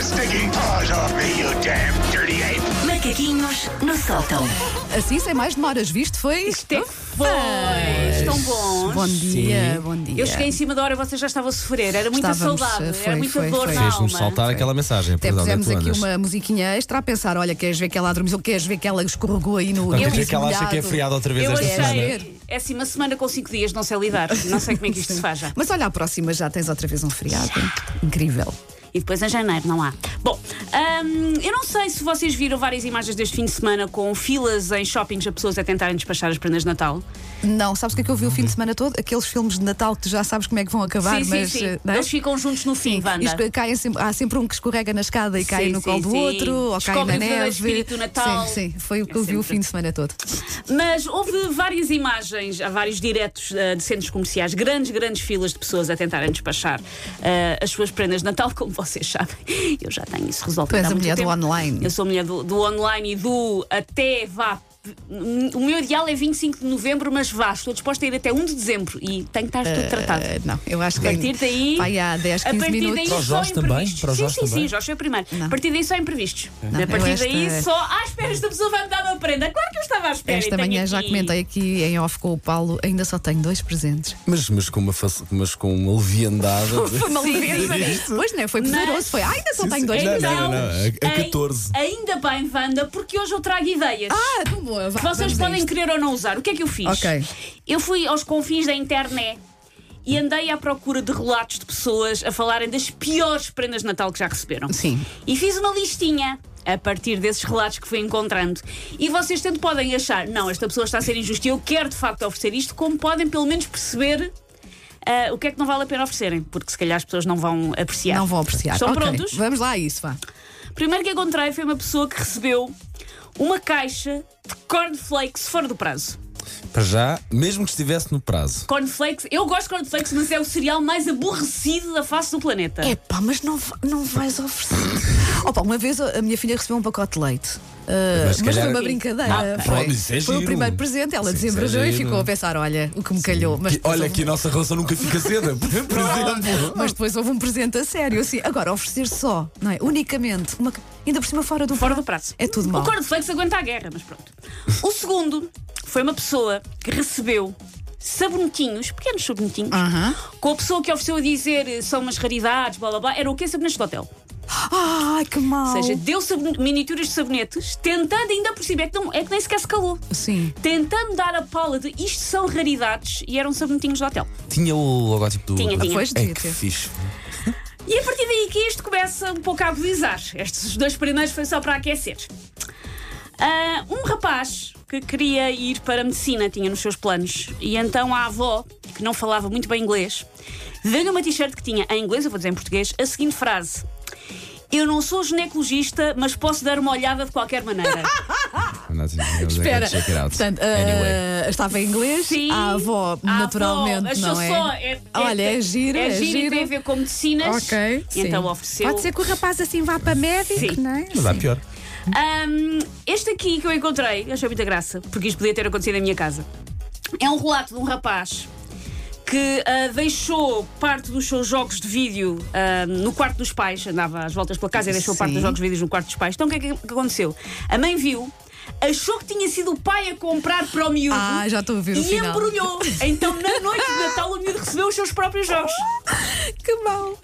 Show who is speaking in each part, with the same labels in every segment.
Speaker 1: stinking paws off me, you damn dirty ape!
Speaker 2: Macaquinhos no sótão.
Speaker 3: Assim, sem mais demoras, visto? Foi?
Speaker 4: Isto é que foi. Estão bons.
Speaker 3: Bom dia, bom dia.
Speaker 4: Eu cheguei é em cima da hora, vocês já estavam a sofrer. Era muita
Speaker 3: Estávamos, eh,
Speaker 4: saudade,
Speaker 3: foi,
Speaker 4: era muita
Speaker 3: foi,
Speaker 4: dor é?
Speaker 3: foi.
Speaker 4: na alma.
Speaker 5: Fez-nos saltar aquela mensagem.
Speaker 3: Até
Speaker 5: perdão,
Speaker 3: pusemos
Speaker 5: onde é que
Speaker 3: aqui
Speaker 5: tu andas?
Speaker 3: uma musiquinha extra a pensar: olha, queres ver que ela adormeceu, queres ver que ela escorregou aí no.
Speaker 5: Não,
Speaker 3: no
Speaker 5: quer dizer
Speaker 3: piso
Speaker 5: que ela acha que é
Speaker 3: molhado?
Speaker 5: feriado outra vez
Speaker 4: Eu
Speaker 5: esta semana.
Speaker 4: achei. É assim, uma semana com cinco dias, não sei lidar. Não sei como é que isto se faz já.
Speaker 3: Mas olha, à próxima já tens outra vez um feriado. Incrível.
Speaker 4: E depois em janeiro, não há. Bom, hum, eu não sei se vocês viram várias imagens deste fim de semana com filas em shoppings a pessoas a tentarem despachar as prendas de Natal.
Speaker 3: Não, sabes o que é que eu vi o fim de semana todo? Aqueles filmes de Natal que tu já sabes como é que vão acabar,
Speaker 4: sim, sim,
Speaker 3: mas.
Speaker 4: sim.
Speaker 3: eh, não é?
Speaker 4: Eles ficam juntos no fim, Wanda.
Speaker 3: E esco- caem sempre- há sempre um que escorrega na escada e cai
Speaker 4: Sim,
Speaker 3: no colo
Speaker 4: sim,
Speaker 3: do
Speaker 4: sim.
Speaker 3: outro, ou cai
Speaker 4: Descobre
Speaker 3: na
Speaker 4: o verdadeiro
Speaker 3: neve.
Speaker 4: espírito do Natal.
Speaker 3: Sim, sim, foi o que
Speaker 4: É
Speaker 3: eu vi o
Speaker 4: sempre.
Speaker 3: fim de semana todo.
Speaker 4: Mas houve várias imagens, há vários diretos eh, de centros comerciais, grandes, grandes filas de pessoas a tentarem despachar eh, as suas prendas de Natal, como vocês sabem. Eu já tenho isso resolvido.
Speaker 3: Tu és
Speaker 4: há
Speaker 3: a
Speaker 4: muito
Speaker 3: mulher do
Speaker 4: tempo.
Speaker 3: online.
Speaker 4: Eu sou a mulher do, do online e do até vá. O meu ideal é 25 de novembro, mas vá, estou disposta a ir até 1 de dezembro e tenho que estar tudo tratado.
Speaker 3: Eh, não, eu acho
Speaker 4: A
Speaker 3: que.
Speaker 4: partir daí.
Speaker 3: Vai há 10,
Speaker 4: a
Speaker 3: 15
Speaker 4: partir
Speaker 3: minutos.
Speaker 4: Daí,
Speaker 5: Para o
Speaker 4: só
Speaker 5: Jorge também?
Speaker 4: imprevistos.
Speaker 5: Para o Jorge
Speaker 4: sim, sim, sim,
Speaker 5: também?
Speaker 4: Jorge foi o primeiro.
Speaker 3: Não.
Speaker 4: A partir daí só imprevistos.
Speaker 3: Não,
Speaker 4: a partir
Speaker 3: eu esta- é-
Speaker 4: daí só. Ah, espera, esta pessoa vai me dar uma prenda. Claro que eu estava à espera. e
Speaker 3: Esta
Speaker 4: tenho
Speaker 3: manhã já
Speaker 4: aqui-
Speaker 3: comentei aqui em off com o Paulo, ainda só tenho dois presentes.
Speaker 5: Mas, mas, com uma, faci- mas com uma leviandade.
Speaker 3: Foi uma
Speaker 4: Sim,
Speaker 3: leveza.
Speaker 4: sim,
Speaker 3: Pois não, é? foi
Speaker 4: Mas-
Speaker 3: poderoso. Foi, ah, ainda só
Speaker 5: Sim, é
Speaker 3: tenho
Speaker 5: sim.
Speaker 3: dois
Speaker 5: Não,
Speaker 3: presentes.
Speaker 4: Então,
Speaker 5: não, não, a- a
Speaker 4: ai-
Speaker 5: 14.
Speaker 4: Ainda bem, Wanda, porque hoje eu trago ideias.
Speaker 3: Ah, então boa. Vá,
Speaker 4: Vocês
Speaker 3: vamos a
Speaker 4: podem
Speaker 3: isto.
Speaker 4: querer ou não usar. O que é que eu fiz?
Speaker 3: Ok.
Speaker 4: Eu fui aos confins da internet e andei à procura de relatos de pessoas a falarem das piores prendas de Natal que já receberam.
Speaker 3: Sim.
Speaker 4: E fiz uma listinha. A partir desses relatos que fui encontrando. E vocês tanto podem achar, não, esta pessoa está a ser injusta e eu quero de facto oferecer isto, como podem pelo menos perceber ah, o que é que não vale a pena oferecerem, porque se calhar as pessoas não vão apreciar.
Speaker 3: Não vão apreciar.
Speaker 4: Estão
Speaker 3: Ok,
Speaker 4: prontos?
Speaker 3: Vamos lá a isso, vá.
Speaker 4: Primeiro que encontrei foi uma pessoa que recebeu uma caixa de cornflakes fora do prazo.
Speaker 5: Para já, mesmo que estivesse no prazo.
Speaker 4: Cornflakes, eu gosto de cornflakes, mas é o cereal mais aborrecido da face do planeta.
Speaker 3: Epá, mas não, va- não vais oferecer. Opa, uma vez a minha filha recebeu um pacote de leite. Ah,
Speaker 5: Mas
Speaker 3: mas
Speaker 5: se
Speaker 3: foi
Speaker 5: calhar-
Speaker 3: uma brincadeira.
Speaker 5: Ah,
Speaker 3: foi
Speaker 5: pronto, isso é
Speaker 3: Foi o
Speaker 5: giro.
Speaker 3: primeiro presente, ela
Speaker 5: Sim,
Speaker 3: desembrajou
Speaker 5: isso é
Speaker 3: e
Speaker 5: giro.
Speaker 3: ficou a pensar: olha, o que me calhou. Mas
Speaker 5: Que-
Speaker 3: depois
Speaker 5: olha,
Speaker 3: houve-
Speaker 5: aqui a nossa relação nunca fica cedo. Por exemplo.
Speaker 3: Mas depois houve um presente a sério, assim. Agora, oferecer só, não é? Unicamente, uma, ca- ainda por cima fora do
Speaker 4: Fora
Speaker 3: prazo.
Speaker 4: do prazo.
Speaker 3: É tudo
Speaker 4: O
Speaker 3: mal.
Speaker 4: cornflakes aguenta a guerra, mas pronto. O segundo foi uma pessoa que recebeu sabonetinhos, pequenos sabonetinhos,
Speaker 3: Aham.
Speaker 4: com a pessoa que ofereceu a dizer eh, são umas raridades, blá blá blá, era o que sabonetes do hotel.
Speaker 3: Ai, que mal.
Speaker 4: Ou seja, deu sabone- miniaturas de sabonetes, tentando ainda por cima, é que, não, é que nem sequer se calou.
Speaker 3: Sim.
Speaker 4: tentando dar a pala de isto são raridades e eram sabonetinhos do hotel.
Speaker 5: Tinha o logótipo do.
Speaker 4: Tinha,
Speaker 5: do-
Speaker 4: tinha.
Speaker 3: Pois,
Speaker 5: É
Speaker 3: devia
Speaker 5: que
Speaker 3: ter.
Speaker 5: fixe.
Speaker 4: E a partir daí que isto começa um pouco a agonizar. Estes dois primeiros foi só para aquecer. Ah, um rapaz que queria ir para a medicina tinha nos seus planos e então a avó, que não falava muito bem inglês, deu-lhe uma t-shirt que tinha em inglês, eu vou dizer em português, a seguinte frase. Eu não sou ginecologista, mas posso dar uma olhada de qualquer maneira.
Speaker 3: Espera,
Speaker 5: Espera.
Speaker 3: portanto,
Speaker 5: anyway.
Speaker 3: ah, estava em inglês,
Speaker 4: Sim.
Speaker 3: a avó, naturalmente,
Speaker 4: achou
Speaker 3: não é?
Speaker 4: Só, é,
Speaker 3: Olha, é giro,
Speaker 4: é,
Speaker 3: é
Speaker 4: giro. e
Speaker 3: giro.
Speaker 4: tem a ver com medicinas.
Speaker 3: Ok.
Speaker 4: E Então
Speaker 3: sim.
Speaker 4: ofereceu.
Speaker 3: Pode ser que o rapaz assim vá para médico,
Speaker 4: Sim.
Speaker 3: não é?
Speaker 5: Mas ah, há pior.
Speaker 4: Ahm, este aqui que eu encontrei, achei muita graça, porque isto podia ter acontecido na minha casa. É um relato de um rapaz que ah, deixou parte dos seus jogos de vídeo ah, no quarto dos pais, andava às voltas pela casa e deixou parte
Speaker 3: Sim.
Speaker 4: dos jogos de vídeo no quarto dos pais. Então o que é que aconteceu? A mãe viu. Achou que tinha sido o pai a comprar para o miúdo
Speaker 3: Ah, já estou a ver
Speaker 4: e
Speaker 3: o final.
Speaker 4: embrulhou. Então, na noite de Natal, o miúdo recebeu os seus próprios jogos.
Speaker 3: Que mal.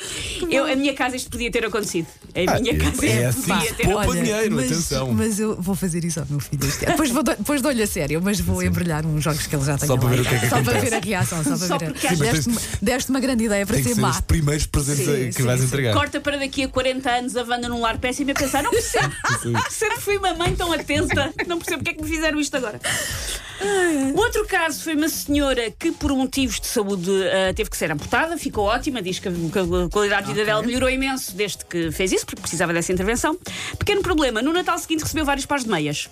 Speaker 4: Eu, a minha casa isto podia ter acontecido. A
Speaker 5: Ah,
Speaker 4: minha
Speaker 5: é-
Speaker 4: casa isto
Speaker 5: é assim
Speaker 4: podia
Speaker 5: que se
Speaker 4: ter
Speaker 5: poupa
Speaker 4: acontecido.
Speaker 5: dinheiro,
Speaker 3: mas,
Speaker 5: atenção.
Speaker 3: Mas eu vou fazer isso ao meu filho este ano. Depois, vou, do- depois dou-lhe a sério, mas vou embrulhar uns jogos que ele já tem
Speaker 5: Só para
Speaker 3: lá em
Speaker 5: ver o que é que
Speaker 3: casa. Só para
Speaker 5: acontece.
Speaker 3: ver a reação, só para
Speaker 4: Só
Speaker 3: ver. a-
Speaker 4: porque acho-
Speaker 3: Deste-me deste uma grande ideia para
Speaker 5: Tem que
Speaker 3: ser
Speaker 5: ser os
Speaker 3: má.
Speaker 5: primeiros presentes
Speaker 3: Sim,
Speaker 5: que
Speaker 3: sim,
Speaker 5: vais
Speaker 3: sim.
Speaker 5: entregar.
Speaker 4: Corta para daqui a 40 anos a Wanda num lar péssimo e a pensar: não percebo, sempre fui uma mãe tão atenta, não percebo porque é que me fizeram isto agora. O Outro caso foi uma senhora que, por motivos de saúde, ah, teve que ser amputada, ficou ótima, diz que a, que a qualidade de vida dela melhorou imenso desde que fez isso, porque precisava dessa intervenção. Pequeno problema: no Natal seguinte recebeu vários pares de meias.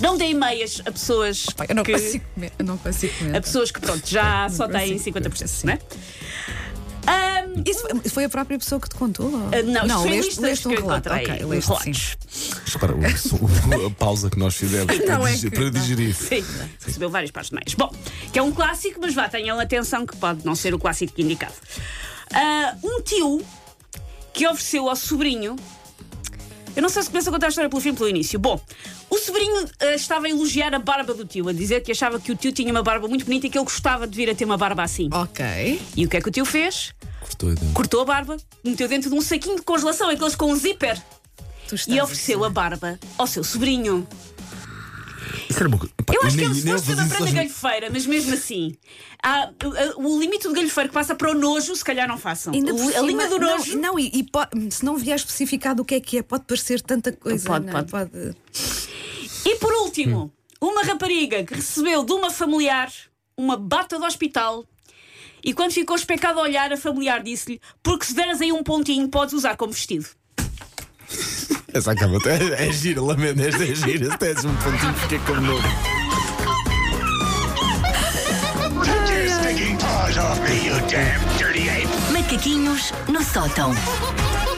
Speaker 4: Não deem meias a pessoas
Speaker 3: Pai, eu não
Speaker 4: que Ah,
Speaker 3: consigo comer. Eu não consigo comer.
Speaker 4: a pessoas que pronto, já só têm 50%, não é? Ahm,
Speaker 3: Isso foi- foi a própria pessoa que te contou? ou-
Speaker 4: ah, não, isto foi
Speaker 3: leste,
Speaker 4: listas
Speaker 3: leste um
Speaker 4: que eu
Speaker 3: relato.
Speaker 4: encontrei,
Speaker 3: Ok, leste, sim.
Speaker 4: relatos.
Speaker 5: Repara, o- o- a pausa que nós fizemos
Speaker 3: Não
Speaker 5: para
Speaker 3: é
Speaker 5: dig-
Speaker 3: que-
Speaker 5: para digerir.
Speaker 4: Sim, recebeu vários pares de meias. Bom, que é um clássico, mas vá, tenham atenção que pode não ser o clássico indicado. Ah, um tio que ofereceu ao sobrinho. Eu não sei se começa a contar a história pelo fim, pelo início. Bom, o sobrinho ah, estava a elogiar a barba do tio, a dizer que achava que o tio tinha uma barba muito bonita e que ele gostava de vir a ter uma barba assim.
Speaker 3: Ok.
Speaker 4: E o que é que o tio fez?
Speaker 5: Cortou, então.
Speaker 4: Cortou a barba, meteu dentro de um saquinho de congelação, aqueles com um zíper,
Speaker 3: Tu assim. estás
Speaker 4: e ofereceu a barba ao seu sobrinho.
Speaker 5: Isso era uma coisa. Pá,
Speaker 4: Eu acho que é um
Speaker 5: nem-
Speaker 4: ele se
Speaker 5: nem
Speaker 4: fosse
Speaker 5: eu
Speaker 4: fazer
Speaker 5: fazia isso
Speaker 4: prenda
Speaker 5: às
Speaker 4: galhofeira, mas mesmo assim, há- eh, o- o limite do galhofeiro que passa para o nojo, se calhar não façam.
Speaker 3: Ainda
Speaker 4: O-
Speaker 3: por
Speaker 4: a
Speaker 3: cima-
Speaker 4: linha do
Speaker 3: não,
Speaker 4: nojo.
Speaker 3: Não, e, e po- se não vier especificado o que é que é, pode parecer tanta coisa.
Speaker 4: Pode,
Speaker 3: não é?
Speaker 4: pode. E por último, uma rapariga que recebeu de uma familiar uma bata do hospital. E quando ficou especado a olhar, a familiar disse-lhe: Porque se deres aí um pontinho, podes usar como vestido.
Speaker 5: Essa acaba é, é giro, lamento, esta é giro, este é um pontinho, fiquei como novo.
Speaker 1: Take your stinking paws off me, you damn dirty ape!
Speaker 2: Macaquinhos no sótão.